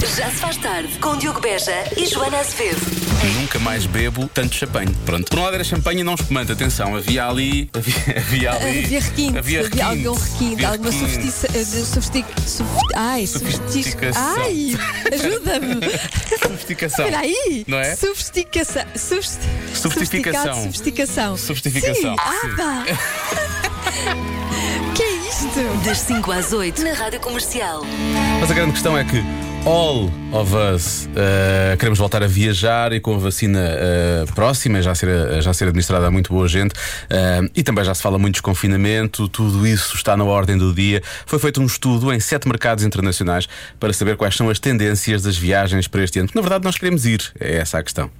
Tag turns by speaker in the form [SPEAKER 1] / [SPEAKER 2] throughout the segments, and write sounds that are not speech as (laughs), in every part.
[SPEAKER 1] Já se faz tarde com Diogo Beja e Joana Azevedo.
[SPEAKER 2] Nunca mais bebo tanto champanhe. Pronto. Por um lado era champanhe e não espumante. Atenção, havia ali. Havia, havia ali.
[SPEAKER 3] (laughs) Havia requinte,
[SPEAKER 2] Havia
[SPEAKER 3] havia,
[SPEAKER 2] requinte.
[SPEAKER 3] algum requinte,
[SPEAKER 2] havia
[SPEAKER 3] alguma eh,
[SPEAKER 2] requinte.
[SPEAKER 3] sofisticação. Ai, sofisticação.
[SPEAKER 2] Sofisticação.
[SPEAKER 3] Ai, (laughs) ajuda-me.
[SPEAKER 2] Sofisticação.
[SPEAKER 3] Espera aí.
[SPEAKER 2] Não é?
[SPEAKER 3] Sofisticação. Sofist...
[SPEAKER 2] Sofisticação.
[SPEAKER 3] sofisticado, Sofisticação.
[SPEAKER 2] Sofisticação,
[SPEAKER 3] Sim. Ah,
[SPEAKER 2] sim.
[SPEAKER 3] pá. (laughs) que é isto?
[SPEAKER 1] Das 5 às 8 na Rádio Comercial.
[SPEAKER 2] Mas a grande questão é que all of us eh, queremos voltar a viajar e com a vacina eh, próxima, já a ser, já a ser administrada a muito boa gente, eh, e também já se fala muito de desconfinamento, tudo isso está na ordem do dia. Foi feito um estudo em sete mercados internacionais para saber quais são as tendências das viagens para este ano. Na verdade, nós queremos ir, é essa a questão.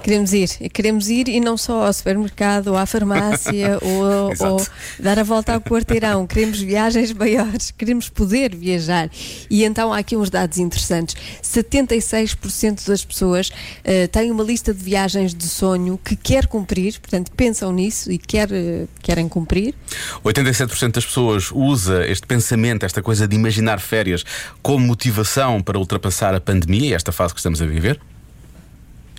[SPEAKER 3] Queremos ir. Queremos ir e não só ao supermercado, ou
[SPEAKER 2] (laughs)
[SPEAKER 3] à farmácia, ou,
[SPEAKER 2] Exato.
[SPEAKER 3] ou dar a volta ao quarteirão. Queremos viagens maiores, queremos poder viajar. E então há aqui uns dados interessantes. 76% das pessoas eh, têm uma lista de viagens de sonho que quer cumprir, portanto pensam nisso e quer, eh, querem cumprir.
[SPEAKER 2] 87% das pessoas usa este pensamento, esta coisa de imaginar férias, como motivação para ultrapassar a pandemia e esta fase que estamos a viver.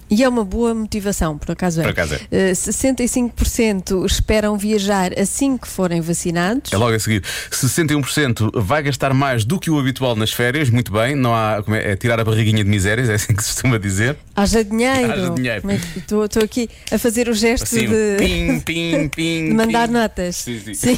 [SPEAKER 3] E é uma boa motivação, por acaso é.
[SPEAKER 2] Por acaso é.
[SPEAKER 3] Eh, 65% esperam viajar assim que forem vacinados.
[SPEAKER 2] É logo a seguir. 61% vai gastar mais do que o habitual nas férias, muito bem, não há como é, é tirar a barriguinha de misérias, (laughs) é assim que se costuma dizer.
[SPEAKER 3] Haja dinheiro.
[SPEAKER 2] Haja dinheiro.
[SPEAKER 3] Como é que- Estou estou aqui a fazer o gesto
[SPEAKER 2] Assim,
[SPEAKER 3] de,
[SPEAKER 2] pim, pim, pim.
[SPEAKER 3] de mandar
[SPEAKER 2] pim.
[SPEAKER 3] notas.
[SPEAKER 2] Sim, sim.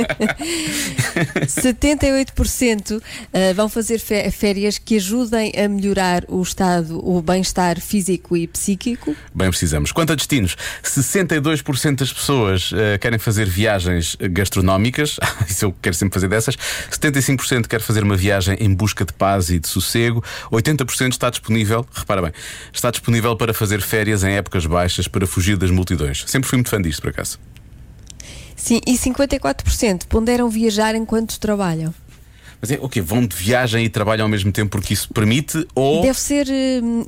[SPEAKER 2] (laughs)
[SPEAKER 3] 78% eh, vão fazer fe- férias que ajudem a melhorar o estado, o bem-estar físico e psíquico.
[SPEAKER 2] Bem, precisamos. Quanto a destinos, 62% das pessoas eh, querem fazer viagens gastronómicas, (laughs) isso eu quero sempre fazer dessas. 75% quer fazer uma viagem em busca de paz e de sossego. 80% está disponível, repara bem, está disponível para fazer férias em épocas baixas para fugir das multidões. Sempre fui muito fã disto, por acaso.
[SPEAKER 3] Sim, e 54% ponderam viajar enquanto trabalham.
[SPEAKER 2] Mas é o quê? Vão de viagem e trabalham ao mesmo tempo porque isso permite? Ou.
[SPEAKER 3] Deve ser. hum,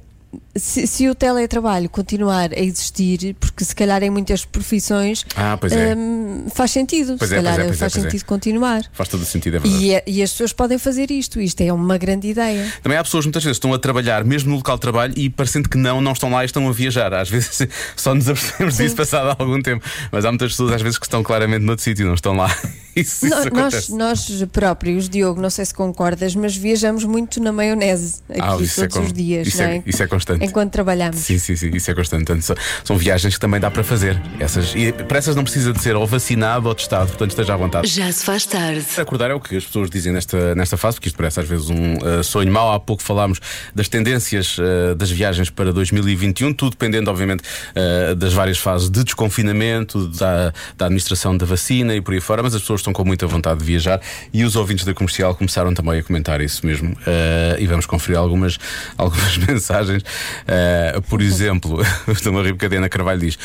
[SPEAKER 3] Se, se o teletrabalho continuar a existir, porque se calhar em muitas profissões
[SPEAKER 2] Ah, pois é.
[SPEAKER 3] hum, faz sentido,
[SPEAKER 2] Pois
[SPEAKER 3] se
[SPEAKER 2] é, pois
[SPEAKER 3] calhar
[SPEAKER 2] é, pois é,
[SPEAKER 3] faz
[SPEAKER 2] pois é.
[SPEAKER 3] sentido continuar.
[SPEAKER 2] Faz todo o sentido, é verdade.
[SPEAKER 3] E, é- e as pessoas podem fazer isto, isto é uma grande ideia.
[SPEAKER 2] Também há pessoas que muitas vezes estão a trabalhar, mesmo no local de trabalho, e parecendo que não, não estão lá e estão a viajar. Às vezes (laughs) só nos apercebemos disso passado algum tempo. Mas há muitas pessoas às vezes que estão claramente noutro sítio e não estão lá. (laughs) Isso, isso
[SPEAKER 3] No- nós,
[SPEAKER 2] acontece.
[SPEAKER 3] nós próprios, Diogo, não sei se concordas, mas viajamos muito na maionese aqui
[SPEAKER 2] Ah, isso é
[SPEAKER 3] todos
[SPEAKER 2] con-
[SPEAKER 3] os dias,
[SPEAKER 2] isso é-
[SPEAKER 3] não é?
[SPEAKER 2] isso é constante.
[SPEAKER 3] Enquanto trabalhamos.
[SPEAKER 2] Sim, sim, sim, isso é constante. Portanto, são, são viagens que também dá para fazer. Essas, e para essas não precisa de ser ou vacinado ou testado, portanto esteja à vontade.
[SPEAKER 1] Já se faz tarde.
[SPEAKER 2] Acordar é o que as pessoas dizem nesta, nesta fase, porque isto parece às vezes um eh, sonho mau. Há pouco falámos das tendências eh, das viagens para 2021, tudo dependendo, obviamente, eh, das várias fases de desconfinamento, da, da administração da vacina e por aí fora, mas as pessoas estão com muita vontade de viajar e os ouvintes da comercial começaram também a comentar isso mesmo. Eh, e vamos conferir algumas, algumas (laughs) mensagens. Eh, por exemplo, (laughs) estou-me a rir porque a Diana Carvalho diz: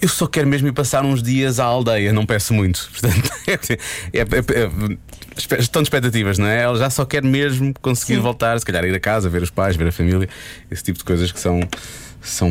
[SPEAKER 2] Eu só quero mesmo ir passar uns dias à aldeia, não peço muito. (laughs) Portanto, é- é- é- espe- estão de expectativas, não é? Ela já só quer mesmo conseguir voltar, se calhar ir a casa, ver os pais, ver a família, esse tipo de coisas que são. São,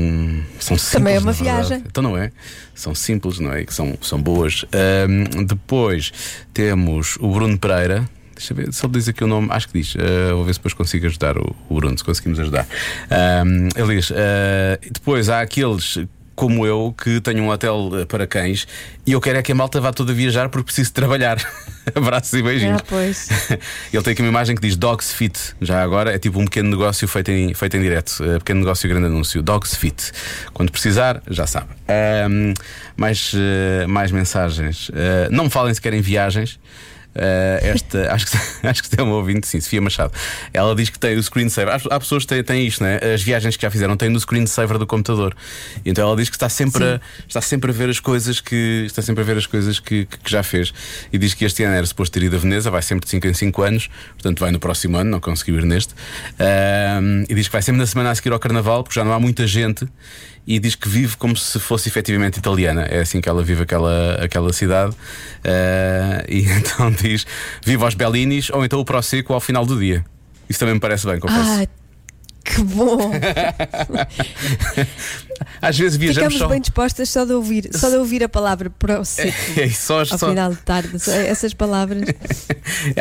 [SPEAKER 2] são simples.
[SPEAKER 3] Também é uma
[SPEAKER 2] na verdade.
[SPEAKER 3] viagem.
[SPEAKER 2] Então não é? São simples, não é? Que são, são boas. Ahm, depois temos o Bruno Pereira. Deixa eu ver, se ele diz aqui o nome, acho que diz. Ah, vou ver se depois consigo ajudar o, o Bruno, se conseguimos ajudar. Ahm, ele diz: ah, depois há aqueles. Como eu, que tenho um hotel ah, para cães e eu quero é que a malta vá toda viajar porque preciso trabalhar. (laughs) Abraços e beijinhos.
[SPEAKER 3] Ah, pois.
[SPEAKER 2] (laughs) Ele tem aqui uma imagem que diz Dogs Fit. Já agora é tipo um pequeno negócio feito em, feito em direto. Eh, pequeno negócio, grande anúncio. Dogs Fit. Quando precisar, já sabe. Ahm, mais, eh, mais mensagens. Eh, não me falem sequer em viagens. Eh, esta, (laughs) acho que, acho que tem uma ouvinte, sim, Sofia Machado. Ela diz que tem o screensaver. Há, há pessoas que têm, têm isto, né? As viagens que já fizeram têm no screensaver do computador. Então ela diz que está sempre, a, está sempre a ver as coisas que está sempre a ver as coisas que, que- que já fez. E diz que este ano era suposto ter ido a Veneza, vai sempre de 5 em 5 anos, portanto vai no próximo ano, não conseguiu ir neste. Ahm, e diz que vai sempre na semana a seguir ao carnaval, porque já não há muita gente. E diz que vive como se fosse efetivamente italiana. É assim que ela vive aquela, aquela cidade. Ah, (laughs) e então diz: viva aos Bellinis ou então o Prosecco ao final do dia. Isso também me parece bem, confesso.
[SPEAKER 3] Ah, Que bom!
[SPEAKER 2] Às vezes (laughs) viajamos
[SPEAKER 3] Ficamos
[SPEAKER 2] só.
[SPEAKER 3] bem dispostas só de ouvir, só de ouvir a palavra prosecco
[SPEAKER 2] (laughs) É, só,
[SPEAKER 3] ao
[SPEAKER 2] só-
[SPEAKER 3] final de tarde. Só Essas palavras.
[SPEAKER 2] (laughs)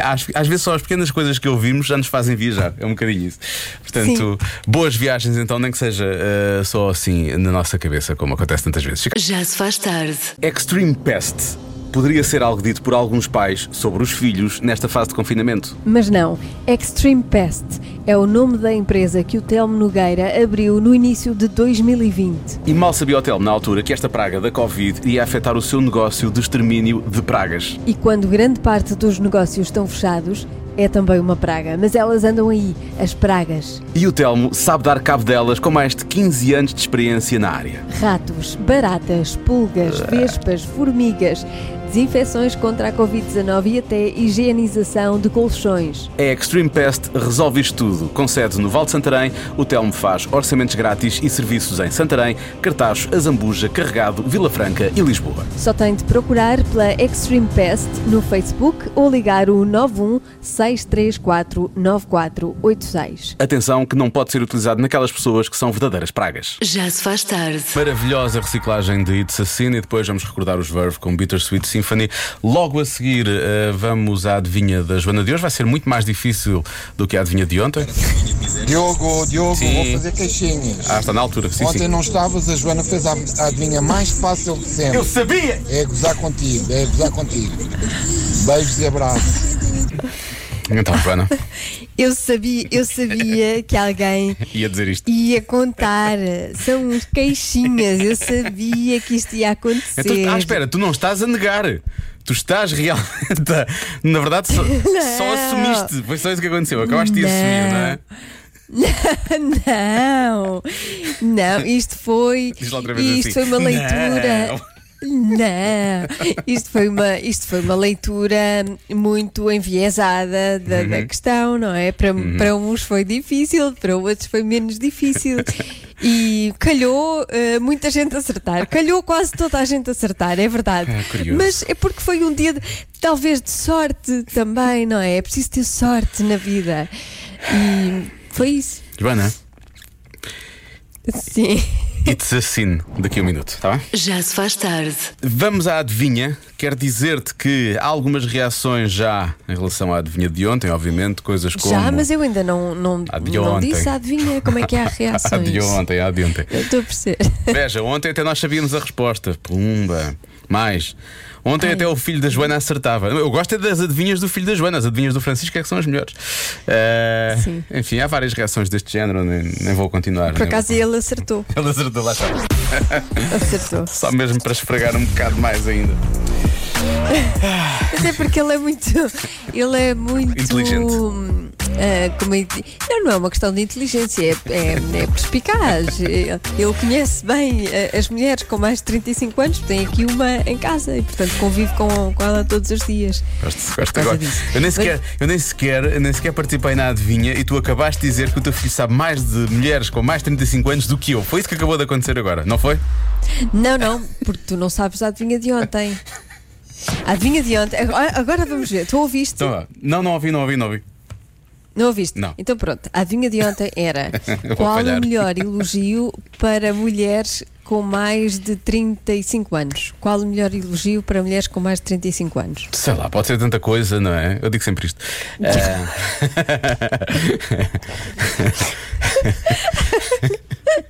[SPEAKER 2] às, às vezes só as pequenas coisas que ouvimos já nos fazem viajar. É um bocadinho isso. Portanto, boas viagens, então, nem que seja eh, só assim na nossa cabeça, como acontece tantas vezes.
[SPEAKER 1] Já se faz tarde.
[SPEAKER 2] Extreme Pest poderia ser algo dito por alguns pais sobre os filhos nesta fase de confinamento.
[SPEAKER 3] Mas não, Extreme Pest é o nome da empresa que o Telmo Nogueira abriu no início de 2020.
[SPEAKER 2] E mal sabia o Telmo na altura que esta praga da Covid ia afetar o seu negócio de extermínio de pragas.
[SPEAKER 3] E quando grande parte dos negócios estão fechados, é também uma praga. Mas elas andam aí, as pragas.
[SPEAKER 2] E o Telmo sabe dar cabo delas com mais de 15 anos de experiência na área.
[SPEAKER 3] Ratos, baratas, pulgas, vespas, formigas, desinfecções contra a Covid-19 e até higienização de colchões.
[SPEAKER 2] A É Extreme Pest resolve isto tudo. Com sede no Val de Santarém, o Telmo faz orçamentos grátis e serviços em Santarém, Cartaxo, Azambuja, Carregado, Vila Franca e Lisboa.
[SPEAKER 3] Só tem de procurar pela Extreme Pest no Facebook ou ligar o 91 634 9486.
[SPEAKER 2] Atenção que não pode ser utilizado naquelas pessoas que são verdadeiras pragas.
[SPEAKER 1] Já se faz tarde.
[SPEAKER 2] Maravilhosa reciclagem de It's a Sin e depois vamos recordar os Verve com Bittersweet Symphony. Logo a seguir eh, vamos à adivinha da Joana de hoje. Vai ser muito mais difícil do que a adivinha de ontem.
[SPEAKER 4] Diogo, Diogo,
[SPEAKER 2] Sim.
[SPEAKER 4] vou fazer queixinhas.
[SPEAKER 2] Ah, está na altura. Sim,
[SPEAKER 4] Ontem
[SPEAKER 2] sim.
[SPEAKER 4] não estavas, a Joana fez a a adivinha mais fácil de sempre. Eu sabia! É gozar contigo, é gozar contigo. Beijos e abraços.
[SPEAKER 2] Então,
[SPEAKER 4] (laughs)
[SPEAKER 2] Joana,
[SPEAKER 3] Eu sabia, eu sabia que alguém
[SPEAKER 2] (laughs) ia dizer isto.
[SPEAKER 3] ia contar. São uns queixinhas. Eu sabia que isto ia acontecer.
[SPEAKER 2] Então, ah, espera, tu não estás a negar. Tu estás realmente. a- Na verdade, só, só assumiste. Foi só isso que aconteceu. Acabaste de assumir, não é?
[SPEAKER 3] (laughs) Não, não, isto foi.
[SPEAKER 2] Diz lá outra vez
[SPEAKER 3] isto
[SPEAKER 2] assim.
[SPEAKER 3] foi uma leitura.
[SPEAKER 2] Não.
[SPEAKER 3] Não, isto foi uma, isto foi uma leitura muito enviesada da,
[SPEAKER 2] Uhum.
[SPEAKER 3] da questão, não é? Para, para uns foi difícil, para outros foi menos difícil. E calhou eh, muita gente acertar, calhou quase toda a gente acertar, é verdade.
[SPEAKER 2] É, curioso.
[SPEAKER 3] Mas é porque foi um dia, de- talvez, de sorte também, não é? É preciso ter sorte na vida. E foi isso.
[SPEAKER 2] Joana,
[SPEAKER 3] Sim.
[SPEAKER 2] It's a Sin daqui a um minuto, está bem?
[SPEAKER 1] Já se faz tarde.
[SPEAKER 2] Vamos à adivinha. Quero dizer-te que há algumas reações já em relação à adivinha de ontem, obviamente, coisas como.
[SPEAKER 3] Já, mas eu ainda não, não,
[SPEAKER 2] A de
[SPEAKER 3] não
[SPEAKER 2] ontem.
[SPEAKER 3] disse a adivinha como é que há
[SPEAKER 2] (laughs)
[SPEAKER 3] reações.
[SPEAKER 2] A de ontem, a de ontem.
[SPEAKER 3] Eu estou a
[SPEAKER 2] (laughs)
[SPEAKER 3] perceber.
[SPEAKER 2] Veja, ontem até nós sabíamos a resposta. Pumba. Mais. Ontem até o filho da Joana acertava. Eu gosto é das adivinhas do filho da Joana, as adivinhas do Francisco é que são as melhores. Eh,
[SPEAKER 3] Sim.
[SPEAKER 2] enfim, há várias reações deste género, nem, nem vou continuar.
[SPEAKER 3] Por acaso ele acertou.
[SPEAKER 2] Ele acertou lá está.
[SPEAKER 3] Acertou.
[SPEAKER 2] Só mesmo para esfregar um bocado mais ainda.
[SPEAKER 3] Mas é porque ele é muito. Ele é muito.
[SPEAKER 2] Inteligente.
[SPEAKER 3] hum, ah, como é que- não, não é uma questão de inteligência, é, é, é perspicaz. Ele ele conhece bem ah, as mulheres com mais de 35 anos, tem aqui uma em casa e, portanto, convive com, com ela todos os dias.
[SPEAKER 2] Gosto, gosto,
[SPEAKER 3] causa
[SPEAKER 2] gosto.
[SPEAKER 3] disso.
[SPEAKER 2] Eu nem sequer, eu nem sequer, eu nem sequer participei na adivinha e tu acabaste de dizer que o teu filho sabe mais de mulheres com mais de 35 anos do que eu. Foi isso que acabou de acontecer agora, não foi?
[SPEAKER 3] Não, não, porque tu não sabes a adivinha de ontem. A adivinha de ontem. Agora, agora vamos ver. Tu ouviste?
[SPEAKER 2] Então, vá. não, não ouvi, não ouvi, não ouvi.
[SPEAKER 3] Não ouviste?
[SPEAKER 2] Não.
[SPEAKER 3] Então pronto, a adivinha de ontem
[SPEAKER 2] (laughs)
[SPEAKER 3] era
[SPEAKER 2] Vou
[SPEAKER 3] qual
[SPEAKER 2] falhar.
[SPEAKER 3] o melhor elogio para mulheres com mais de 35 anos? Qual o melhor elogio para mulheres com mais de 35 anos?
[SPEAKER 2] Sei lá, pode ser tanta coisa, não é? Eu digo sempre isto. Eh, Ah. (laughs)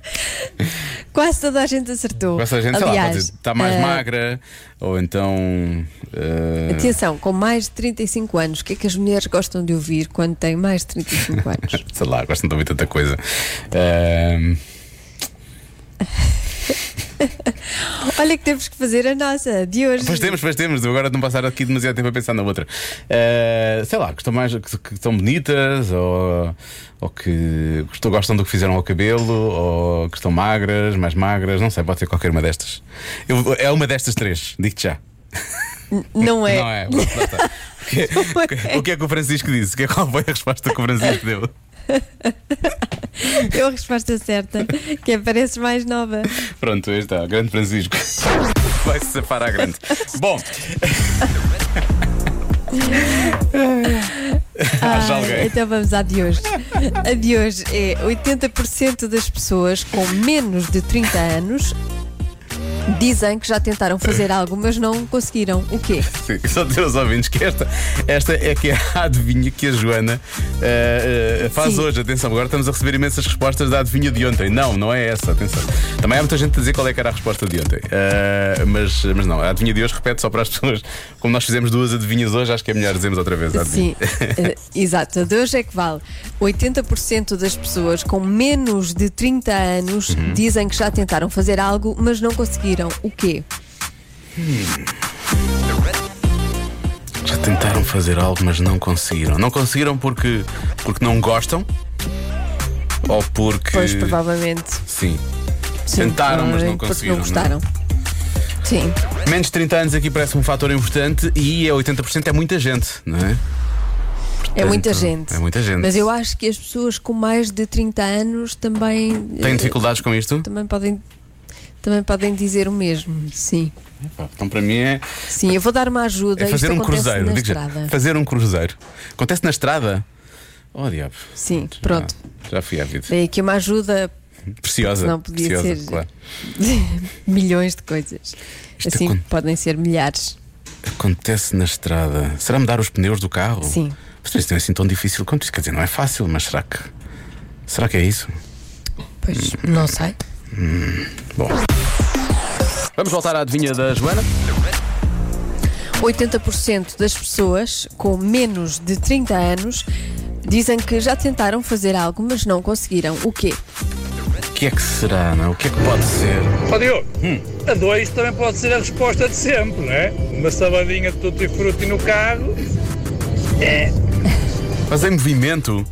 [SPEAKER 3] Quase toda a gente acertou.
[SPEAKER 2] Com essa gente, sei lá, pode
[SPEAKER 3] Aliás,
[SPEAKER 2] dizer, está mais
[SPEAKER 3] ah,
[SPEAKER 2] magra, ou então. ah,
[SPEAKER 3] Atenção, com mais de 35 anos, o que é que as mulheres gostam de ouvir quando têm mais de
[SPEAKER 2] (laughs)
[SPEAKER 3] 35 anos?
[SPEAKER 2] sei lá, gostam de ouvir tanta coisa. Ah,
[SPEAKER 3] Olha que temos que fazer a nossa de hoje.
[SPEAKER 2] Pois temos, pois temos. Eu Agora não passar aqui demasiado tempo a pensar na outra. Eh, sei lá, gostam mais que, que são bonitas ou, ou que gostam, gostam do que fizeram ao cabelo ou que estão magras, mais magras. Não sei, pode ser qualquer uma destas. Eu- é uma destas três, digo-te já.
[SPEAKER 3] (laughs) Não é?
[SPEAKER 2] Não é? Pronto, lá está. O que,
[SPEAKER 3] é.
[SPEAKER 2] o que é que o Francisco disse? O que é- Qual foi a resposta que o Francisco deu?
[SPEAKER 3] Deu a resposta certa, que aparece mais nova.
[SPEAKER 2] Pronto, aí está, grande Francisco. (laughs) Vai se safar à
[SPEAKER 3] (laughs)
[SPEAKER 2] grande. Bom. Haja alguém.
[SPEAKER 3] Então vamos à de hoje. A de hoje é 80% das pessoas com menos de 30 anos dizem que já tentaram fazer algo, mas não conseguiram. O quê?
[SPEAKER 2] Sim, (laughs) só dizer aos ouvintes que esta, esta é que é a adivinha que a Joana eh, eh, faz
[SPEAKER 3] Sim.
[SPEAKER 2] hoje. Atenção, agora estamos a receber imensas respostas da adivinha de ontem. Não, não é essa, atenção. Também há muita gente a dizer qual é que era a resposta de ontem. Eh, mas, mas não, a adivinha de hoje, repete só para as (laughs) pessoas. Como nós fizemos duas adivinhas hoje, acho que é melhor dizermos outra vez a adivinha.
[SPEAKER 3] Sim, eh, exato. A de hoje é que vale. 80% das pessoas com menos de 30 anos
[SPEAKER 2] Uhum.
[SPEAKER 3] dizem que já tentaram fazer algo, mas não conseguiram. O quê?
[SPEAKER 2] (laughs) Já tentaram fazer algo, mas não conseguiram. Não conseguiram porque, porque não gostam? Ou porque.
[SPEAKER 3] Pois, provavelmente.
[SPEAKER 2] Sim.
[SPEAKER 3] Sim,
[SPEAKER 2] Tentaram, mas não é?
[SPEAKER 3] provavelmente porque
[SPEAKER 2] conseguiram,
[SPEAKER 3] Não gostaram. Sim.
[SPEAKER 2] Menos de 30 anos aqui parece um fator importante e é 80% é muita gente, não é?
[SPEAKER 3] É muita
[SPEAKER 2] Portanto,
[SPEAKER 3] gente.
[SPEAKER 2] é muita gente.
[SPEAKER 3] Mas eu acho que as pessoas com mais de 30 anos também.
[SPEAKER 2] Têm
[SPEAKER 3] eh,
[SPEAKER 2] dificuldades com isto?
[SPEAKER 3] Também podem. Também podem dizer o mesmo, sim.
[SPEAKER 2] Então para mim é,
[SPEAKER 3] Sim, eu vou dar uma ajuda.
[SPEAKER 2] é fazer
[SPEAKER 3] Então Isto
[SPEAKER 2] um
[SPEAKER 3] acontece
[SPEAKER 2] cruzeiro.
[SPEAKER 3] Na
[SPEAKER 2] digo já,
[SPEAKER 3] estrada.
[SPEAKER 2] fazer um cruzeiro. Acontece na estrada? Oh diabo.
[SPEAKER 3] Sim,
[SPEAKER 2] Já-
[SPEAKER 3] pronto.
[SPEAKER 2] Já fui à vida.
[SPEAKER 3] Dei aqui uma ajuda
[SPEAKER 2] Preciosa.
[SPEAKER 3] Não podia
[SPEAKER 2] preciosa,
[SPEAKER 3] ser.
[SPEAKER 2] claro.
[SPEAKER 3] milhões de (laughs) coisas.
[SPEAKER 2] Isto
[SPEAKER 3] assim
[SPEAKER 2] acon-
[SPEAKER 3] podem ser milhares.
[SPEAKER 2] Acontece na estrada. Será mudar os pneus do carro?
[SPEAKER 3] Sim.
[SPEAKER 2] Mas isto não é assim tão difícil quanto isso. Quer dizer, não é fácil, mas será que. Será que é isso?
[SPEAKER 3] Pois não sei.
[SPEAKER 2] Bom. Vamos voltar à adivinha da Joana.
[SPEAKER 3] 80% das pessoas com menos de 30 anos dizem que já tentaram fazer algo, mas não conseguiram. O quê?
[SPEAKER 2] O que é que será, não? O que é que pode ser?
[SPEAKER 5] Ó Diogo, a 2 também pode ser a resposta de sempre, não é? Uma sabadinha de tutti frutti no carro.
[SPEAKER 2] Mas em movimento.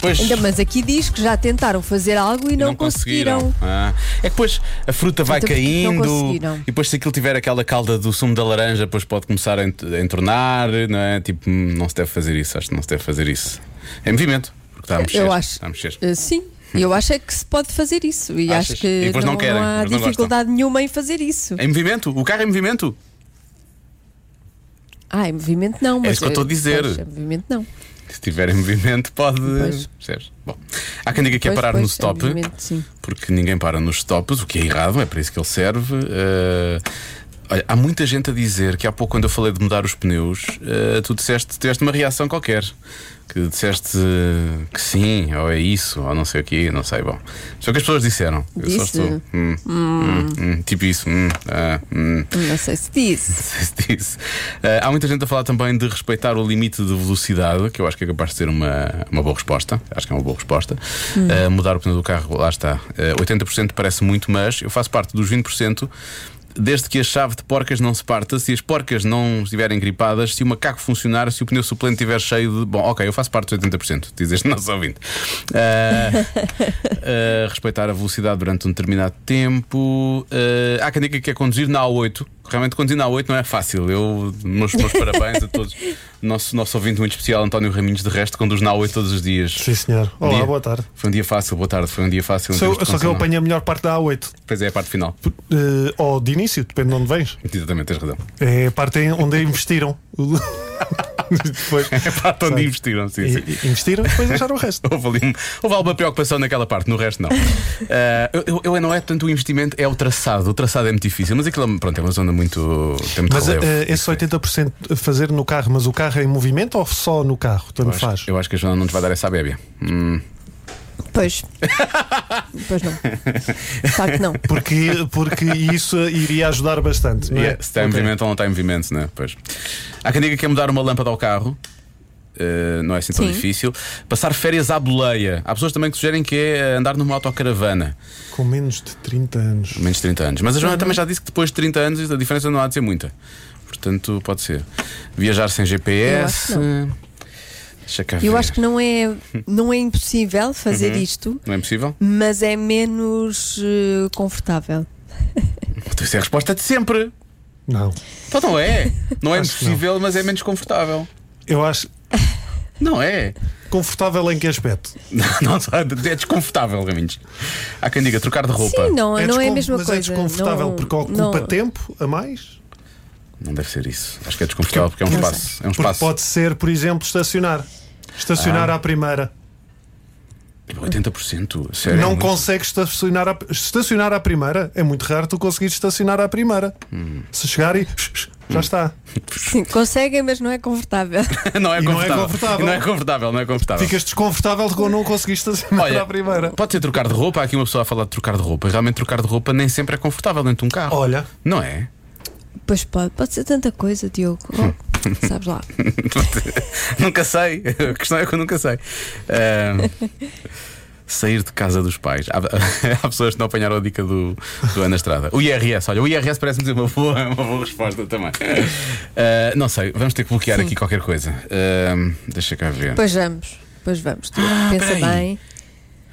[SPEAKER 2] Pois.
[SPEAKER 3] Ainda, mas aqui diz que já tentaram fazer algo e não,
[SPEAKER 2] não conseguiram. Ah, é que depois a fruta vai
[SPEAKER 3] Então, porque não
[SPEAKER 2] caindo
[SPEAKER 3] conseguiram?
[SPEAKER 2] e depois se aquilo tiver aquela calda do sumo da laranja, depois pode começar a ent- a entornar, não é? Tipo, hum, não se deve fazer isso, acho que não se deve fazer isso. É movimento, porque está a mexer.
[SPEAKER 3] Eu acho.
[SPEAKER 2] Está a mexer.
[SPEAKER 3] eh, sim. Eu acho é que se pode fazer isso e
[SPEAKER 2] Achas?
[SPEAKER 3] acho que
[SPEAKER 2] E depois não querem,
[SPEAKER 3] há
[SPEAKER 2] depois não
[SPEAKER 3] dificuldade nenhuma em fazer isso.
[SPEAKER 2] Em movimento? O carro é em movimento?
[SPEAKER 3] Ah, em movimento não, mas.
[SPEAKER 2] isso que eu estou a
[SPEAKER 3] eh,
[SPEAKER 2] dizer.
[SPEAKER 3] pois, em movimento não.
[SPEAKER 2] Se tiver em movimento, pode.
[SPEAKER 3] Pois.
[SPEAKER 2] Percebes? Bom, há quem diga que é
[SPEAKER 3] Pois,
[SPEAKER 2] parar
[SPEAKER 3] pois,
[SPEAKER 2] no
[SPEAKER 3] em
[SPEAKER 2] stop.
[SPEAKER 3] movimento, sim.
[SPEAKER 2] porque ninguém para nos stops, o que é errado, é para isso que ele serve. Eh, olha, há muita gente a dizer que há pouco, quando eu falei de mudar os pneus, eh, tu disseste, tiveste uma reação qualquer. Que disseste eh, que sim, ou é isso, ou não sei o quê, não sei. Bom, só que as pessoas disseram. Eu só
[SPEAKER 3] Disse.
[SPEAKER 2] estou. hum, hum, hum, tipo isso. hum, ah, hum.
[SPEAKER 3] Não sei se disse.
[SPEAKER 2] Se (laughs) disse. Eh, há muita gente a falar também de respeitar o limite de velocidade, que eu acho que é capaz de ser uma, uma boa resposta. Acho que é uma boa resposta. Eh, mudar o pneu do carro, lá está. Eh, 80% parece muito, mas eu faço parte dos 20%. Desde que a chave de porcas não se parta, se as porcas não estiverem gripadas, se o macaco funcionar, se o pneu suplente estiver cheio de. Bom, ok, eu faço parte dos 80%, diz este (laughs) nosso ouvinte. Eh, Uh, respeitar a velocidade durante um determinado tempo. Uh, há quem diga que é conduzir na A8. Realmente conduzir na A8 não é fácil. Eu, meus, meus parabéns a todos. Nosso, nosso ouvinte muito especial, António Raminhos, de resto, conduz na A8 todos os dias.
[SPEAKER 6] Sim, senhor. Olá,
[SPEAKER 2] Dia.
[SPEAKER 6] boa tarde.
[SPEAKER 2] Foi um dia fácil, boa tarde. Foi um dia fácil. um
[SPEAKER 6] Só,
[SPEAKER 2] dia de
[SPEAKER 6] só que eu
[SPEAKER 2] condução.
[SPEAKER 6] apanhei a melhor parte da A8.
[SPEAKER 2] Pois é, a parte final.
[SPEAKER 6] Eh, ou de início, depende de onde vens.
[SPEAKER 2] Exatamente, tens
[SPEAKER 6] (laughs)
[SPEAKER 2] razão.
[SPEAKER 6] É a parte em- onde investiram. (laughs) depois,
[SPEAKER 2] É a parte onde
[SPEAKER 6] Sabe?
[SPEAKER 2] investiram, sim, sim.
[SPEAKER 6] e- investiram e depois deixaram o (laughs) resto.
[SPEAKER 2] Houve, ali um- houve alguma preocupação naquela parte, no
[SPEAKER 6] (laughs)
[SPEAKER 2] resto não. Ah, eu, eu- eu não é tanto o investimento, é o traçado. O traçado é muito difícil, mas aquilo é- pronto, é uma zona muito. Tem muito
[SPEAKER 6] Mas
[SPEAKER 2] relevo.
[SPEAKER 6] eh, esses 80% a fazer no carro, mas o carro é em movimento ou só no carro? Tanto
[SPEAKER 2] Eu acho-
[SPEAKER 6] faz.
[SPEAKER 2] Eu acho que a Joana não te vai dar essa bébia. Hum. (laughs)
[SPEAKER 3] Pois. pois não. De facto, não.
[SPEAKER 6] Porque, porque isso iria ajudar bastante. Não é?
[SPEAKER 2] Se está em
[SPEAKER 6] Ok.
[SPEAKER 2] movimento ou não está em movimento, né? Pois. Há quem diga que quer mudar uma lâmpada ao carro. Uh, não é assim tão
[SPEAKER 3] Sim.
[SPEAKER 2] difícil. Passar férias à boleia. Há pessoas também que sugerem que é andar numa autocaravana.
[SPEAKER 6] Com menos de 30 anos.
[SPEAKER 2] Menos de 30 anos. Mas a Joana também já disse que depois de 30 anos a diferença não há de ser muita. Portanto, pode ser. Viajar sem GPS.
[SPEAKER 3] Eu acho que
[SPEAKER 2] Deixa cá
[SPEAKER 3] Eu
[SPEAKER 2] ver.
[SPEAKER 3] acho que não é, não é impossível fazer isto,
[SPEAKER 2] Não é possível?
[SPEAKER 3] mas é menos eh, confortável.
[SPEAKER 2] Então, isso é a resposta de sempre.
[SPEAKER 6] Não.
[SPEAKER 2] Então não é. Não é
[SPEAKER 6] Acho que não.
[SPEAKER 2] impossível, mas é menos confortável.
[SPEAKER 6] Eu acho.
[SPEAKER 2] Não é.
[SPEAKER 6] Confortável em que aspecto?
[SPEAKER 2] Não, (laughs) não, é desconfortável, Raminhos. Há quem diga trocar de roupa.
[SPEAKER 3] Sim, não é, não é a
[SPEAKER 6] descon-
[SPEAKER 3] mesma
[SPEAKER 6] mas
[SPEAKER 3] coisa.
[SPEAKER 6] é desconfortável
[SPEAKER 3] não,
[SPEAKER 6] porque ocupa
[SPEAKER 3] não,
[SPEAKER 6] tempo a mais?
[SPEAKER 2] Não deve ser isso. Acho que é desconfortável porque é um
[SPEAKER 3] Não sei.
[SPEAKER 2] espaço. É um
[SPEAKER 6] Porque
[SPEAKER 2] espaço. Ah.
[SPEAKER 6] pode ser, por exemplo, estacionar. Estacionar à primeira.
[SPEAKER 2] tipo 80%. Sério, é
[SPEAKER 6] não
[SPEAKER 2] muito.
[SPEAKER 6] consegues estacionar à, estacionar à primeira. É muito raro tu conseguires estacionar à primeira.
[SPEAKER 2] Hum.
[SPEAKER 6] Se chegar e. Já está.
[SPEAKER 3] Sim, conseguem, mas não é confortável.
[SPEAKER 2] (laughs)
[SPEAKER 3] (laughs)
[SPEAKER 2] não, é
[SPEAKER 6] E não é
[SPEAKER 2] confortável.
[SPEAKER 6] confortável.
[SPEAKER 2] Não é confortável, não é confortável.
[SPEAKER 6] Ficas desconfortável de não conseguir estacionar
[SPEAKER 2] Olha,
[SPEAKER 6] à primeira.
[SPEAKER 2] pode ser trocar de roupa. Há aqui uma pessoa a falar de trocar de roupa. Realmente, trocar de roupa nem sempre é confortável dentro de um carro.
[SPEAKER 6] Olha.
[SPEAKER 2] Não é?
[SPEAKER 3] Pois pode, pode ser tanta coisa, Diogo.
[SPEAKER 2] (laughs)
[SPEAKER 3] Oh, sabes lá.
[SPEAKER 2] nunca sei. A questão é que eu nunca sei. Ahm, sair de casa dos pais. Há, (laughs) há pessoas que não apanharam a dica do, do Ana Estrada. O IRS, olha, o IRS parece-me dizer uma boa, uma boa resposta também. Ah, não sei, vamos ter que bloquear aqui qualquer coisa. Ahm, deixa cá ver.
[SPEAKER 3] Pois vamos, pois vamos, Diogo. Pensa
[SPEAKER 2] peraí.
[SPEAKER 3] bem.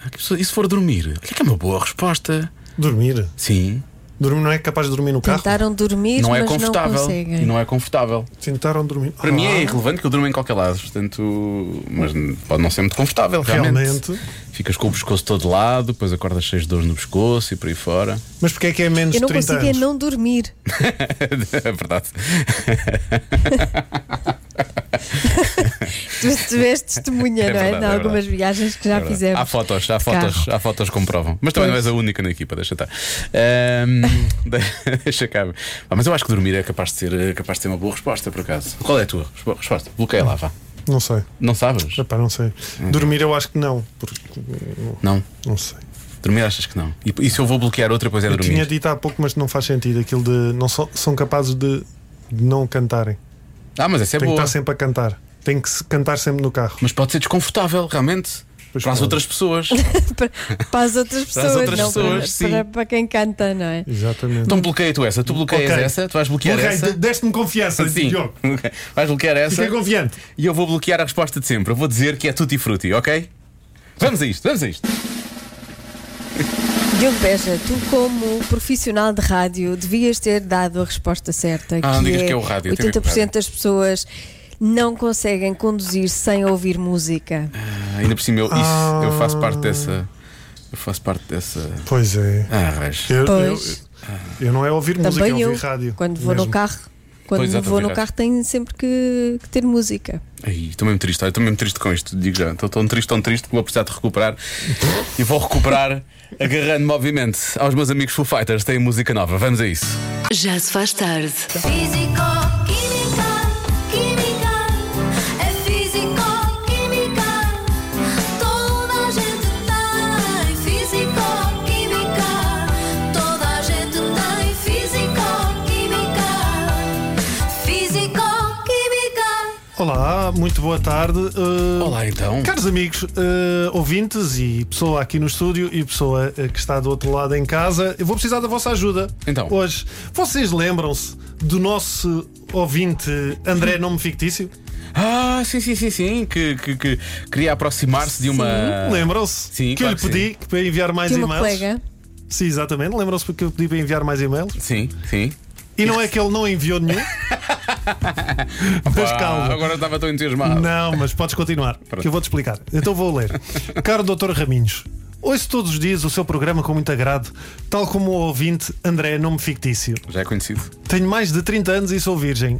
[SPEAKER 2] Ah, que pessoa- E se for dormir? Olha que é uma boa resposta.
[SPEAKER 6] Dormir.
[SPEAKER 2] Sim.
[SPEAKER 6] Dormir não é capaz de dormir no carro?
[SPEAKER 3] Tentaram dormir,
[SPEAKER 2] Não
[SPEAKER 3] mas
[SPEAKER 2] é
[SPEAKER 3] não
[SPEAKER 2] confortável.
[SPEAKER 3] conseguem.
[SPEAKER 2] e não é confortável.
[SPEAKER 6] Tentaram dormir.
[SPEAKER 2] Para mim é
[SPEAKER 6] Ah,
[SPEAKER 2] irrelevante que eu durmo em qualquer lado, portanto. Mas pode não ser muito confortável, realmente.
[SPEAKER 6] Realmente.
[SPEAKER 2] Ficas com o pescoço todo lado, depois acordas cheios de dores no pescoço e por aí fora. (laughs)
[SPEAKER 6] Mas porquê é que é menos
[SPEAKER 3] Eu
[SPEAKER 6] de
[SPEAKER 3] não
[SPEAKER 6] 30
[SPEAKER 3] consigo é
[SPEAKER 6] anos?
[SPEAKER 3] não dormir.
[SPEAKER 2] é verdade. É
[SPEAKER 3] Tu estiveste testemunha,
[SPEAKER 2] É
[SPEAKER 3] não é?
[SPEAKER 2] verdade,
[SPEAKER 3] De
[SPEAKER 2] é
[SPEAKER 3] algumas
[SPEAKER 2] verdade.
[SPEAKER 3] viagens que já
[SPEAKER 2] É verdade.
[SPEAKER 3] fizemos.
[SPEAKER 2] Há fotos, há
[SPEAKER 3] de
[SPEAKER 2] fotos,
[SPEAKER 3] carro. (laughs)
[SPEAKER 2] há fotos que comprovam. Mas também
[SPEAKER 3] Pois.
[SPEAKER 2] não és a única na equipa, deixa estar. Ahm, (laughs) de- deixa cá. ver. Ah, mas eu acho que dormir é capaz de ser, é capaz de ser uma boa resposta, por acaso. Qual é a tua respo- resposta? Bloqueia lá, vá.
[SPEAKER 6] Não sei.
[SPEAKER 2] Não sabes?
[SPEAKER 6] Epá, não sei.
[SPEAKER 2] Hum.
[SPEAKER 6] Dormir eu acho que não. Porque,
[SPEAKER 2] Não.
[SPEAKER 6] não sei.
[SPEAKER 2] Dormir achas que não. E, e se eu vou bloquear outra, pois é
[SPEAKER 6] Eu
[SPEAKER 2] dormir.
[SPEAKER 6] tinha dito há pouco, mas não faz sentido aquilo de. Não são, são capazes de, de não cantarem.
[SPEAKER 2] Ah, mas essa é
[SPEAKER 6] Tem que
[SPEAKER 2] boa.
[SPEAKER 6] estar sempre a cantar. Tem que se cantar sempre no carro.
[SPEAKER 2] Mas pode ser desconfortável, realmente.
[SPEAKER 6] Pois
[SPEAKER 2] para as
[SPEAKER 6] pode.
[SPEAKER 2] outras pessoas.
[SPEAKER 3] para, para as outras pessoas,
[SPEAKER 2] outras
[SPEAKER 3] não para-
[SPEAKER 2] pessoas, sim.
[SPEAKER 3] para, para quem canta, não é?
[SPEAKER 6] Exatamente.
[SPEAKER 2] então bloqueia tu essa, tu bloqueias
[SPEAKER 6] Ok.
[SPEAKER 2] essa, tu vais bloquear
[SPEAKER 6] Ok,
[SPEAKER 2] essa.
[SPEAKER 6] de- deste-me confiança, tipo,
[SPEAKER 2] Sim,
[SPEAKER 6] Diogo.
[SPEAKER 2] Ok. vais bloquear essa
[SPEAKER 6] Fiquei confiante.
[SPEAKER 2] e eu vou bloquear a resposta de sempre. Eu vou dizer que é tutti frutti, ok? Vamos a isto, vamos a isto.
[SPEAKER 3] Diogo Beja, tu como profissional de rádio devias ter dado a resposta certa.
[SPEAKER 2] não digas que é o rádio, tem a ver com o
[SPEAKER 3] 80% das pessoas não conseguem conduzir sem ouvir música.
[SPEAKER 2] Ah, ainda por cima eu, isso,
[SPEAKER 6] Ah.
[SPEAKER 2] eu faço parte dessa. Eu faço parte dessa.
[SPEAKER 6] Pois é.
[SPEAKER 2] Ah, raios.
[SPEAKER 6] Eu,
[SPEAKER 3] Pois.
[SPEAKER 6] eu- eu não é ouvir música,
[SPEAKER 3] Também
[SPEAKER 6] é
[SPEAKER 3] eu,
[SPEAKER 6] ouvir rádio.
[SPEAKER 3] quando vou
[SPEAKER 6] mesmo.
[SPEAKER 3] no carro, quando
[SPEAKER 2] Pois é,
[SPEAKER 3] vou
[SPEAKER 2] ouvir
[SPEAKER 3] no
[SPEAKER 2] rádio.
[SPEAKER 3] carro tenho sempre que, que ter música.
[SPEAKER 2] Ai, Estou mesmo triste, olha, estou mesmo triste com isto, digo já. Estou tão triste, tão triste que vou precisar de recuperar e vou recuperar agarrando movimento aos meus amigos Foo Fighters. Têm música nova, vamos a isso.
[SPEAKER 1] Já se faz tarde.
[SPEAKER 7] Físico, química, química, é físico, química. Toda a gente tem físico, química. Toda a gente tem físico, química. Físico, química.
[SPEAKER 6] Olá, muito boa tarde. Uh,
[SPEAKER 2] Olá então.
[SPEAKER 6] Caros amigos, eh, ouvintes e pessoa aqui no estúdio e pessoa eh, que está do outro lado em casa, eu vou precisar da vossa ajuda.
[SPEAKER 2] Então.
[SPEAKER 6] Hoje, vocês lembram-se do nosso ouvinte André Nome Fictício?
[SPEAKER 2] Ah, sim, sim, sim, sim, que, que, que queria aproximar-se de uma.
[SPEAKER 6] Lembram-se?
[SPEAKER 2] Ah. Sim,
[SPEAKER 6] Que eu
[SPEAKER 2] claro
[SPEAKER 6] lhe
[SPEAKER 2] que
[SPEAKER 6] pedi que para enviar mais
[SPEAKER 3] Tinha uma
[SPEAKER 6] e-mails.
[SPEAKER 3] colega.
[SPEAKER 6] Sim, exatamente. Lembram-se porque eu pedi para enviar mais e-mails?
[SPEAKER 2] Sim, sim.
[SPEAKER 6] E não é que ele não enviou
[SPEAKER 2] (laughs)
[SPEAKER 6] nenhum. Mas
[SPEAKER 2] Pá,
[SPEAKER 6] calma.
[SPEAKER 2] Agora estava tão entusiasmado.
[SPEAKER 6] Não, mas podes continuar, que eu vou-te explicar. Então vou ler. Caro Dr. Raminhos, ouço todos os dias o seu programa com muito agrado, tal como o ouvinte André, nome fictício.
[SPEAKER 2] Já é conhecido.
[SPEAKER 6] Tenho mais de 30 anos e sou virgem.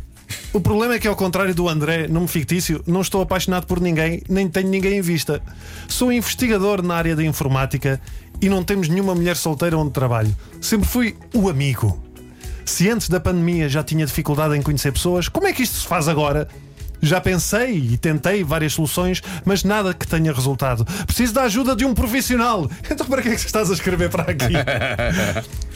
[SPEAKER 6] O problema é que, ao contrário do André, nome fictício, não estou apaixonado por ninguém, nem tenho ninguém em vista. Sou investigador na área da informática e não temos nenhuma mulher solteira onde trabalho. Sempre fui o amigo. Se antes da pandemia já tinha dificuldade em conhecer pessoas, como é que isto se faz agora? Já pensei e tentei várias soluções, mas nada que tenha resultado. Preciso da ajuda de um profissional. (laughs) Então, para que é que estás a escrever para aqui?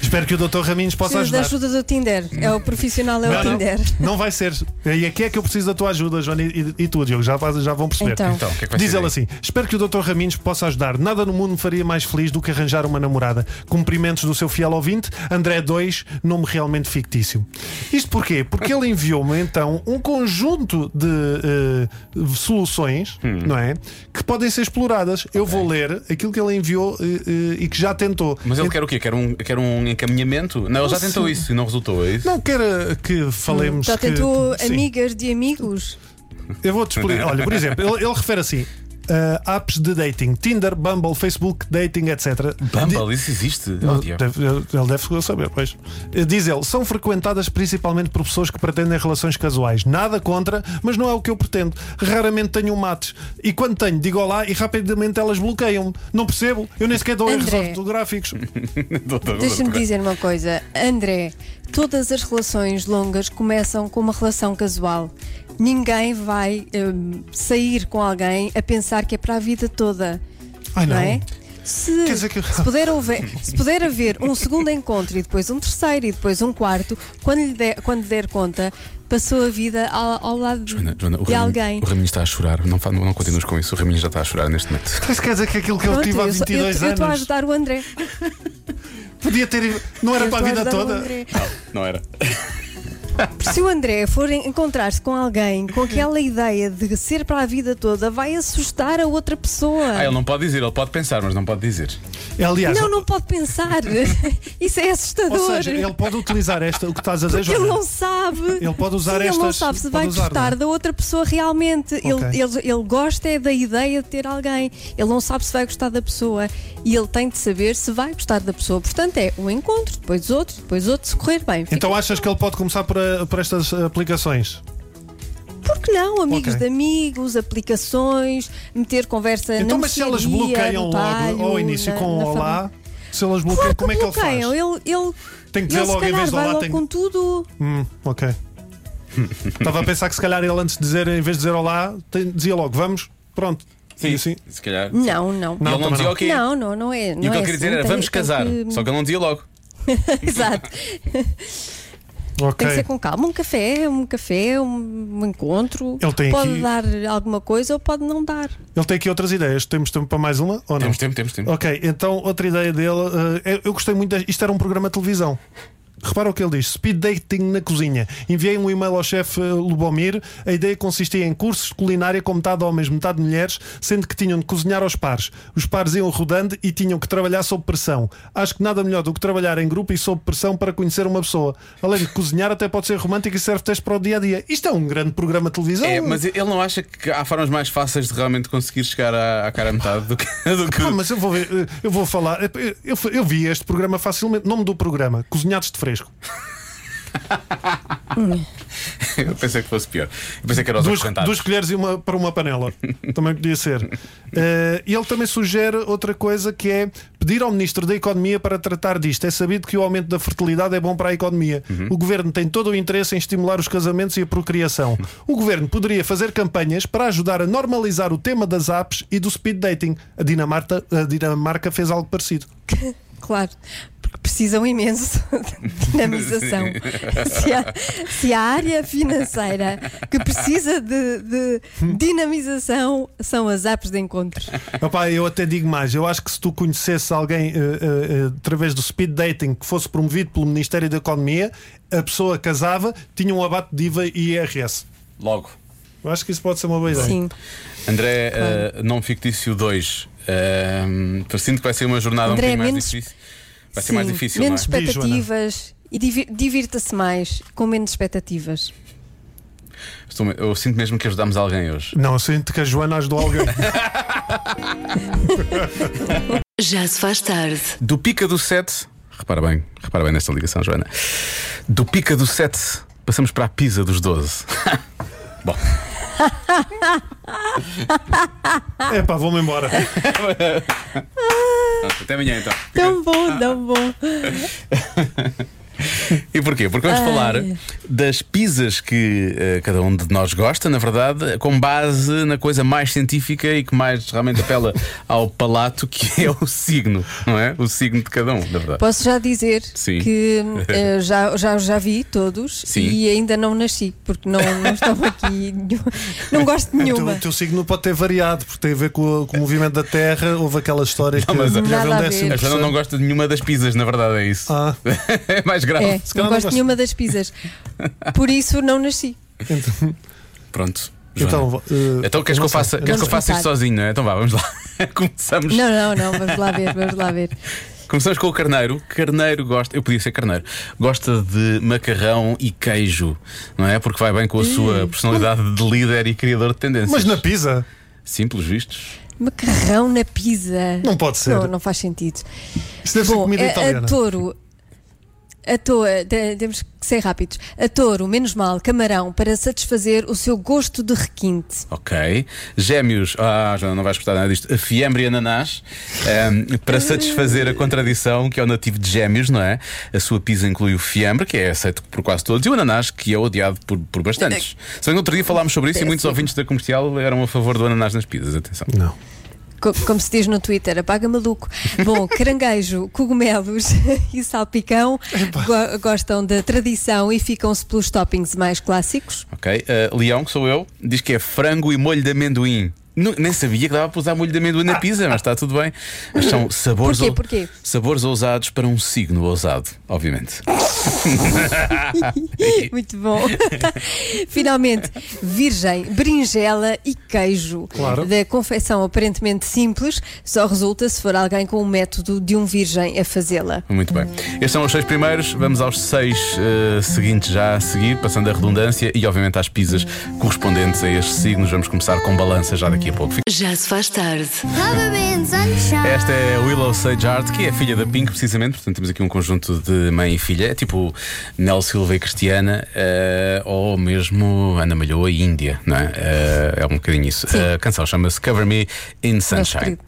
[SPEAKER 6] Espero que o Dr. Raminhos possa
[SPEAKER 3] Precisas da
[SPEAKER 6] ajudar.
[SPEAKER 3] ajuda do Tinder. É o profissional, é o Tinder.
[SPEAKER 6] Não vai ser. E aqui é que eu preciso da tua ajuda, Joana e, e tu, Diogo. Já, faz- já vão perceber.
[SPEAKER 3] Então. Então,
[SPEAKER 2] o que é que vai
[SPEAKER 6] Diz
[SPEAKER 2] ser
[SPEAKER 6] ele
[SPEAKER 2] aí?
[SPEAKER 6] assim: Espero que o Dr. Raminhos possa ajudar. Nada no mundo me faria mais feliz do que arranjar uma namorada. Cumprimentos do seu fiel ouvinte, André 2, nome realmente fictício. Isto porquê? Porque ele enviou-me então um conjunto de eh, soluções,
[SPEAKER 2] Hum.
[SPEAKER 6] não é? Que podem ser exploradas. Eu vou ler aquilo que ele enviou eh, eh, e que já tentou.
[SPEAKER 2] Mas ele quer o quê? Quer um, quer um encaminhamento? Não, ele já tentou isso e não resultou, é isso?
[SPEAKER 6] Não quer eh, que falemos.
[SPEAKER 3] Já Hum.
[SPEAKER 6] que-
[SPEAKER 3] Então, tentou
[SPEAKER 6] Sim.
[SPEAKER 3] amigas de amigos?
[SPEAKER 6] Eu vou-te explicar. Olha, por exemplo, ele, ele refere assim: ah, apps de dating: Tinder, Bumble, Facebook, dating, etc.
[SPEAKER 2] Bumble, isso existe. Oh,
[SPEAKER 6] Ele
[SPEAKER 2] diabo.
[SPEAKER 6] deve, ele deve saber, pois. Eh, Diz ele, são frequentadas principalmente por pessoas que pretendem relações casuais. Nada contra, mas não é o que eu pretendo. Raramente tenho um mates. E quando tenho, digo olá e rapidamente elas bloqueiam-me. Não percebo, eu nem sequer dou erros
[SPEAKER 3] André.
[SPEAKER 6] ortográficos.
[SPEAKER 2] (laughs)
[SPEAKER 6] Então
[SPEAKER 2] Doutor
[SPEAKER 3] Deixa-me
[SPEAKER 2] Roberto.
[SPEAKER 3] dizer uma coisa, André. Todas as relações longas começam com uma relação casual. Ninguém vai hum, sair com alguém a pensar que é para a vida toda.
[SPEAKER 6] Ai não.
[SPEAKER 3] é? Se,
[SPEAKER 6] Quer dizer que-
[SPEAKER 3] se puder houver- se puder haver um segundo encontro e depois um terceiro e depois um quarto, quando, lhe der, quando der conta, passou a vida ao, ao lado de-
[SPEAKER 2] Joana, Joana, o
[SPEAKER 3] de
[SPEAKER 2] Raminho-
[SPEAKER 3] alguém.
[SPEAKER 2] O Raminho está a chorar. Não, fa- não, não continuas com isso. O Raminho já está a chorar neste
[SPEAKER 6] (laughs)
[SPEAKER 2] momento.
[SPEAKER 6] Isso quer dizer que aquilo que eu
[SPEAKER 3] Pronto,
[SPEAKER 6] tive há
[SPEAKER 3] eu só- eu-
[SPEAKER 6] 22
[SPEAKER 3] eu estou a
[SPEAKER 6] anos
[SPEAKER 3] ajudar o André.
[SPEAKER 6] podia ter. Não era
[SPEAKER 3] Eu
[SPEAKER 6] para a
[SPEAKER 3] estou ajudar
[SPEAKER 6] vida
[SPEAKER 3] o
[SPEAKER 6] toda.
[SPEAKER 3] um André.
[SPEAKER 2] Não era.
[SPEAKER 3] Se o André for en- encontrar-se com alguém com
[SPEAKER 6] Uhum.
[SPEAKER 3] aquela ideia de ser para a vida toda, vai assustar a outra pessoa.
[SPEAKER 2] Ah, ele não pode dizer, ele pode pensar, mas não pode dizer.
[SPEAKER 6] Aliás,
[SPEAKER 3] Não, não pode
[SPEAKER 6] (laughs)
[SPEAKER 3] pensar. Isso é assustador.
[SPEAKER 6] ou seja, ele pode utilizar esta, o que estás a dizer,
[SPEAKER 3] Porque ele
[SPEAKER 6] Joana.
[SPEAKER 3] não sabe.
[SPEAKER 6] Ele pode usar
[SPEAKER 3] Sim, Ele não
[SPEAKER 6] estas-
[SPEAKER 3] sabe se
[SPEAKER 6] pode
[SPEAKER 3] vai
[SPEAKER 6] usar,
[SPEAKER 3] gostar
[SPEAKER 6] não é?
[SPEAKER 3] da outra pessoa realmente.
[SPEAKER 6] Ok.
[SPEAKER 3] Ele, ele, ele gosta é da ideia de ter alguém. Ele não sabe se vai gostar da pessoa. E ele tem de saber se vai gostar da pessoa. Portanto, é um encontro, depois outro, depois outro, se correr bem. Fica-
[SPEAKER 6] Então achas que ele pode começar por, a- por estas aplicações?
[SPEAKER 3] Por que não? Amigos
[SPEAKER 6] Ok.
[SPEAKER 3] de amigos, aplicações, meter conversa na
[SPEAKER 6] Então, mas se elas
[SPEAKER 3] mercearia,
[SPEAKER 6] bloqueiam
[SPEAKER 3] no
[SPEAKER 6] logo
[SPEAKER 3] talho,
[SPEAKER 6] ao início
[SPEAKER 3] na-
[SPEAKER 6] com um
[SPEAKER 3] na
[SPEAKER 6] olá,
[SPEAKER 3] família.
[SPEAKER 6] se elas bloqueiam,
[SPEAKER 3] Claro que
[SPEAKER 6] como é que
[SPEAKER 3] bloqueiam.
[SPEAKER 6] ele faz?
[SPEAKER 3] Ele, ele,
[SPEAKER 6] Tem que dizer
[SPEAKER 3] ele, se
[SPEAKER 6] logo, em
[SPEAKER 3] calhar,
[SPEAKER 6] vez de
[SPEAKER 3] vai
[SPEAKER 6] olá,
[SPEAKER 3] logo
[SPEAKER 6] tem-
[SPEAKER 3] com tudo.
[SPEAKER 6] Hum, ok. Estava a pensar que se calhar ele antes de dizer, em vez de dizer olá, tem- dizia logo, vamos, pronto. E assim.
[SPEAKER 2] Se calhar.
[SPEAKER 3] Não, não.
[SPEAKER 2] E ele não
[SPEAKER 6] também
[SPEAKER 2] dizia
[SPEAKER 6] não.
[SPEAKER 2] ok.
[SPEAKER 3] Não, não, não é. Não
[SPEAKER 2] E o que
[SPEAKER 3] é
[SPEAKER 2] eu queria dizer
[SPEAKER 3] assim,
[SPEAKER 2] era
[SPEAKER 3] tem-
[SPEAKER 2] vamos
[SPEAKER 3] tem
[SPEAKER 2] casar.
[SPEAKER 3] que-
[SPEAKER 2] Só que ele não dizia logo.
[SPEAKER 3] (laughs) Exato.
[SPEAKER 6] Ok.
[SPEAKER 3] Tem que ser com calma. Um café, um café, um encontro.
[SPEAKER 6] Ele tem
[SPEAKER 3] pode
[SPEAKER 6] aqui-
[SPEAKER 3] dar alguma coisa ou pode não dar.
[SPEAKER 6] Ele tem aqui outras ideias. Temos tempo para mais uma ou não?
[SPEAKER 2] Temos tempo, temos tempo.
[SPEAKER 6] Ok, então outra ideia dele. eh, eu- eu gostei muito. da- Isto era um programa de televisão. Repara o que ele diz: speed dating na cozinha. Enviei um e-mail ao chefe eh, Lubomir. A ideia consistia em cursos de culinária com metade homens, metade mulheres, sendo que tinham de cozinhar aos pares. Os pares iam rodando e tinham que trabalhar sob pressão. Acho que nada melhor do que trabalhar em grupo e sob pressão para conhecer uma pessoa. Além de cozinhar, até pode ser romântico e serve teste para o dia a dia. Isto é um grande programa de televisão.
[SPEAKER 2] É,
[SPEAKER 3] Então,
[SPEAKER 2] mas ele não acha que há formas mais fáceis de realmente conseguir chegar à, à cara a metade do que. (laughs) Do que...
[SPEAKER 6] Ah, mas eu vou ver, eh, eu vou falar. eh, Eu, eu vi este programa facilmente. Nome do programa: Cozinhados de Fresco.
[SPEAKER 2] (laughs) Eu pensei que fosse pior. Eu pensei que era os
[SPEAKER 6] Duas,
[SPEAKER 2] acorrentados.
[SPEAKER 6] duas colheres e uma para uma panela. Também podia ser. Eh, E ele também sugere outra coisa que é pedir ao Ministro da Economia para tratar disto. É sabido que o aumento da fertilidade é bom para a economia. O governo tem todo o interesse em estimular os casamentos e a procriação. O governo poderia fazer campanhas para ajudar a normalizar o tema das apps e do speed dating. A Dinamarca, a Dinamarca fez algo parecido.
[SPEAKER 3] Claro. Porque precisam imenso (laughs) de
[SPEAKER 2] (laughs)
[SPEAKER 3] dinamização. se, a, se a área financeira que precisa de, de dinamização são as apps de encontros.
[SPEAKER 6] Epá, eu até digo mais. Eu acho que se tu conhecesse alguém eh, eh, eh, através do speed dating que fosse promovido pelo Ministério da Economia, a pessoa casava, tinha um abate de IVA e IRS.
[SPEAKER 2] Logo.
[SPEAKER 6] Eu acho que isso pode ser uma boa ideia.
[SPEAKER 3] Sim.
[SPEAKER 2] André, eh, não fictício 2. Uh, sinto que vai ser uma jornada um
[SPEAKER 3] André,
[SPEAKER 2] bocadinho mais
[SPEAKER 3] menos-
[SPEAKER 2] difícil. Vai ser mais
[SPEAKER 3] Sim.
[SPEAKER 2] difícil,
[SPEAKER 3] Menos
[SPEAKER 2] não é?
[SPEAKER 6] Diz, Joana.
[SPEAKER 3] expectativas e divi- divirta-se mais com menos expectativas.
[SPEAKER 2] Estou- eu sinto mesmo que ajudámos alguém hoje.
[SPEAKER 6] Não, eu sinto que a Joana
[SPEAKER 3] (laughs)
[SPEAKER 6] ajudou alguém.
[SPEAKER 1] Já se faz tarde.
[SPEAKER 2] Do Pica do 7, repara bem, repara bem nesta ligação, Joana. Do Pica do 7, passamos para a Pisa dos 12. Bom,
[SPEAKER 6] Epá, vou-me embora.
[SPEAKER 2] até amanhã então.
[SPEAKER 3] Tão bom, tão bom.
[SPEAKER 2] E porquê? Porque vamos
[SPEAKER 3] Ai.
[SPEAKER 2] falar das pizzas que eh, cada um de nós gosta, na verdade, com base na coisa mais científica e que mais realmente
[SPEAKER 3] (laughs)
[SPEAKER 2] apela ao palato, que é o signo, não é? O signo de cada um, na verdade.
[SPEAKER 3] Posso já dizer
[SPEAKER 2] Sim.
[SPEAKER 3] que
[SPEAKER 2] (laughs)
[SPEAKER 3] eh, já, já, já vi todos
[SPEAKER 2] Sim.
[SPEAKER 3] e ainda não nasci, porque não, não estava aqui. nenhum-
[SPEAKER 2] (laughs)
[SPEAKER 3] Não gosto de
[SPEAKER 6] O teu,
[SPEAKER 3] nenhuma.
[SPEAKER 6] o teu signo pode ter variado, porque tem a ver com, o- com o movimento da Terra. Houve aquela história que
[SPEAKER 2] mas a-
[SPEAKER 6] teve
[SPEAKER 3] Nada a ver.
[SPEAKER 2] A Joana não gosta de nenhuma das pizzas, na verdade, é isso.
[SPEAKER 6] Ah,
[SPEAKER 2] (laughs) É mais grave.
[SPEAKER 3] É,
[SPEAKER 6] (laughs) calhar
[SPEAKER 3] não gosto
[SPEAKER 6] não gosto.
[SPEAKER 3] de nenhuma das pizzas. Por isso não nasci.
[SPEAKER 6] então,
[SPEAKER 2] Pronto. Joana.
[SPEAKER 6] então, eh,
[SPEAKER 2] Então queres que eu
[SPEAKER 6] avança.
[SPEAKER 2] faça, queres que eu
[SPEAKER 3] Vamos
[SPEAKER 2] faça isto
[SPEAKER 3] começar.
[SPEAKER 2] sozinho, não é? Então vá, vamos lá. (laughs) Começamos.
[SPEAKER 3] Não, não, não, vamos lá ver, vamos lá ver.
[SPEAKER 2] Começamos com o carneiro. Carneiro gosta, eu podia ser carneiro, gosta de macarrão e queijo, não é? Porque vai bem com a sua personalidade de líder e criador de tendências.
[SPEAKER 6] Mas na pizza?
[SPEAKER 2] Sim, pelos vistos.
[SPEAKER 3] Macarrão na pizza.
[SPEAKER 6] Não pode ser.
[SPEAKER 3] Não, não faz sentido.
[SPEAKER 6] Isso deve ser
[SPEAKER 3] Bom, é,
[SPEAKER 6] comida
[SPEAKER 3] a- a,
[SPEAKER 6] italiana.
[SPEAKER 3] touro. A toa, te- temos que ser rápidos. A touro, menos mal, camarão, para satisfazer o seu gosto de requinte.
[SPEAKER 2] Ok. Gêmeos, ah, já não vais gostar nada disto. Fiambre e ananás, ehm, para satisfazer a contradição que é o nativo de gêmeos, não é? A sua pizza inclui o fiambre, que é aceito por quase todos, e o ananás, que é odiado por, por bastantes. Só que no outro dia falámos sobre isso e muitos ouvintes da comercial eram a favor do ananás nas pizzas, atenção.
[SPEAKER 6] Não.
[SPEAKER 3] Co- como se diz no Twitter, apaga maluco.
[SPEAKER 6] (laughs)
[SPEAKER 3] Bom, caranguejo, cogumelos (laughs) e salpicão go- gostam da tradição e ficam-se pelos toppings mais clássicos.
[SPEAKER 2] Ok. Eh, Leão, que sou eu, diz que é frango e molho de amendoim. Nu- nem sabia que dava para usar molho de amendoim na pizza, mas está tudo bem. Mas
[SPEAKER 3] (laughs)
[SPEAKER 2] são sabores,
[SPEAKER 3] Ah. Porquê?
[SPEAKER 2] ou-
[SPEAKER 3] Porquê?
[SPEAKER 2] sabores ousados para um signo ousado, obviamente.
[SPEAKER 3] Muito bom. (laughs) Finalmente, virgem, berinjela e queijo.
[SPEAKER 6] Claro.
[SPEAKER 3] Da confecção aparentemente simples, só resulta se for alguém com o método de um virgem a fazê-la.
[SPEAKER 2] Muito bem. Estes são os seis primeiros, vamos aos seis eh, seguintes já a seguir, passando a redundância e, obviamente, às pizzas correspondentes a estes signos. Vamos começar com balança já daqui a pouco. Fica-
[SPEAKER 1] Já se faz tarde.
[SPEAKER 7] Rubber bands and shine.
[SPEAKER 2] Esta é a Willow Sejard, que é filha da Pink, precisamente, portanto temos aqui um conjunto de mãe e filha, é tipo Nel Silva e Cristiana, eh, ou mesmo Ana Malhoa e Índia, não é? Eh, é um bocadinho isso. A canção chama-se Cover Me in
[SPEAKER 3] Nosso
[SPEAKER 2] Sunshine.
[SPEAKER 3] querido,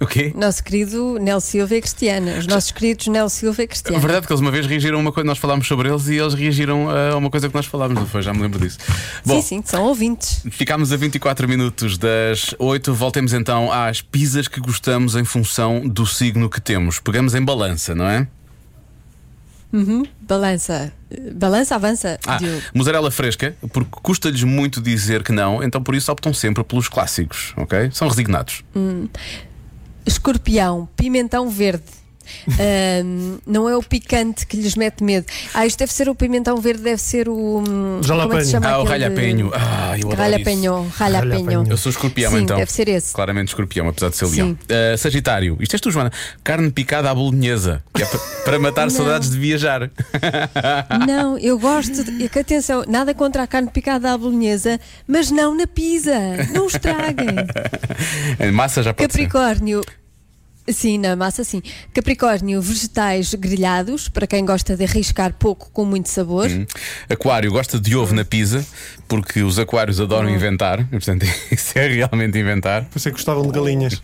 [SPEAKER 2] O quê?
[SPEAKER 3] nosso querido Nel Silva e Cristiana. Os nossos queridos Nel Silva e
[SPEAKER 2] É
[SPEAKER 3] Cristiana.
[SPEAKER 2] verdade que eles uma vez reagiram a uma coisa, nós falámos sobre eles e eles reagiram a uma coisa que nós falámos, não foi? Já me lembro disso. Bom,
[SPEAKER 3] Sim, sim, são ouvintes.
[SPEAKER 2] Ficámos a 24 minutos das 8. Voltemos então às pizzas que gostamos em função do signo que temos. Pegamos em balança, não é?
[SPEAKER 3] Balança. Balança avança.
[SPEAKER 2] Ah,
[SPEAKER 3] Diogo.
[SPEAKER 2] mussarela fresca, porque custa-lhes muito dizer que não, então por isso optam sempre pelos clássicos, ok? São resignados.
[SPEAKER 3] Escorpião, pimentão verde. Ahm, não é o picante que lhes mete medo. Ah, isto deve ser o pimentão verde, deve ser o. hum, Como é que
[SPEAKER 6] Jalapeño.
[SPEAKER 3] se chama
[SPEAKER 2] Ah, o
[SPEAKER 3] aquele de-
[SPEAKER 2] ralhapenho. Ah, eu adoro isso.
[SPEAKER 3] Ralhapenho, ralhapenho.
[SPEAKER 2] Eu sou escorpião,
[SPEAKER 3] Sim,
[SPEAKER 2] então.
[SPEAKER 3] deve ser esse.
[SPEAKER 2] Claramente escorpião, apesar de ser
[SPEAKER 3] Sim.
[SPEAKER 2] leão. Ah, sagitário, isto és tu, Joana. Carne picada à bolonhesa, que é pa- para matar saudades de viajar.
[SPEAKER 3] Não, eu gosto. De... e que Atenção, nada contra a carne picada à bolonhesa, mas não na pizza. Não
[SPEAKER 2] (laughs)
[SPEAKER 3] estraguem.
[SPEAKER 2] Em massa já pode ser.
[SPEAKER 3] Capricórnio. Sim, na massa sim. Capricórnio, vegetais grelhados, para quem gosta de arriscar pouco com muito sabor.
[SPEAKER 2] Aquário gosta de
[SPEAKER 3] Hum.
[SPEAKER 2] ovo na pizza, porque os aquários adoram inventar. Portanto, (laughs) isso é realmente inventar.
[SPEAKER 6] Pensei que gostavam de galinhas.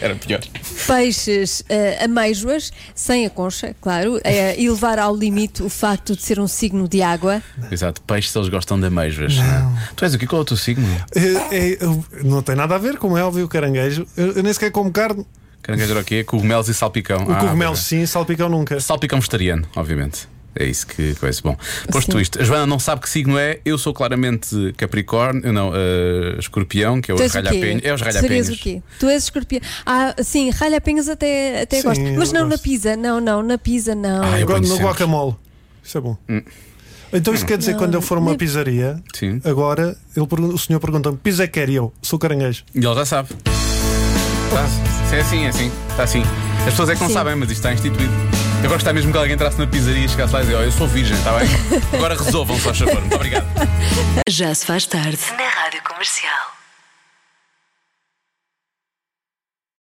[SPEAKER 2] Era pior.
[SPEAKER 3] Peixes, eh, amêijoas, sem a concha, claro, eh, e levar ao limite o facto de ser um signo de água.
[SPEAKER 2] Exato, peixes eles gostam de amêijoas. não é? Tu és o que? Qual é o teu signo?
[SPEAKER 6] É- é- eu- não tem nada a ver, como é óbvio, o caranguejo. Eu, eu nem sequer como carne.
[SPEAKER 2] Caranguejo era o quê? Cogumelos e salpicão.
[SPEAKER 6] O
[SPEAKER 2] Ah,
[SPEAKER 6] cogumelo,
[SPEAKER 2] pois
[SPEAKER 6] sim, salpicão nunca.
[SPEAKER 2] é. Salpicão vegetariano, obviamente. É isso que coisa. Bom, posto
[SPEAKER 3] Sim.
[SPEAKER 2] isto, a Joana não sabe que signo é. Eu sou claramente Capricórnio, não, eh, Escorpião, que é
[SPEAKER 3] Tu
[SPEAKER 2] os
[SPEAKER 3] és o quê?
[SPEAKER 2] ralhapenhos. É os
[SPEAKER 3] Serias
[SPEAKER 2] ralhapenhos.
[SPEAKER 3] o quê? Tu és escorpião. Ah, sim, ralhapenhos até, até
[SPEAKER 6] Sim,
[SPEAKER 3] gosto. Mas
[SPEAKER 6] eu
[SPEAKER 3] não na
[SPEAKER 6] gosto.
[SPEAKER 3] pizza, não, não, na pizza não.
[SPEAKER 2] Ah, eu
[SPEAKER 6] Agora
[SPEAKER 2] ponho
[SPEAKER 6] no
[SPEAKER 2] sempre.
[SPEAKER 6] guacamole. Isso é bom. Então isso quer dizer que quando eu for a uma
[SPEAKER 3] nem-
[SPEAKER 6] pizzaria,
[SPEAKER 2] Hum. Sim.
[SPEAKER 6] agora ele pergun- o senhor pergunta-me: pizza quer E eu? Sou caranguejo.
[SPEAKER 2] E ele já sabe. Tá. Se É assim, é assim. Está assim. As pessoas é que não
[SPEAKER 3] Sim.
[SPEAKER 2] sabem, mas isto está instituído. Eu gosto de estar mesmo que alguém entrasse na pizzaria e chegasse lá e dizia: oh, eu sou virgem, está
[SPEAKER 3] (laughs)
[SPEAKER 2] bem? Agora resolvam, se faz favor. Muito obrigado.
[SPEAKER 1] Já se faz tarde. Na Rádio Comercial.